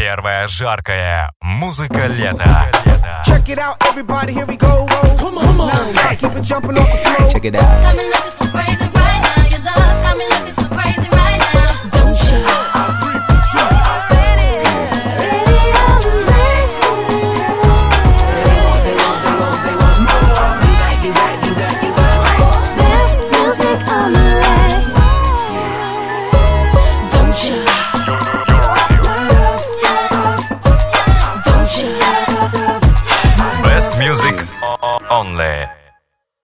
Первая жаркая музыка лета. Check it out, everybody, here we go. Come on, come on. Now stop, keep it jumping off the floor. Check it out. Coming like a spring.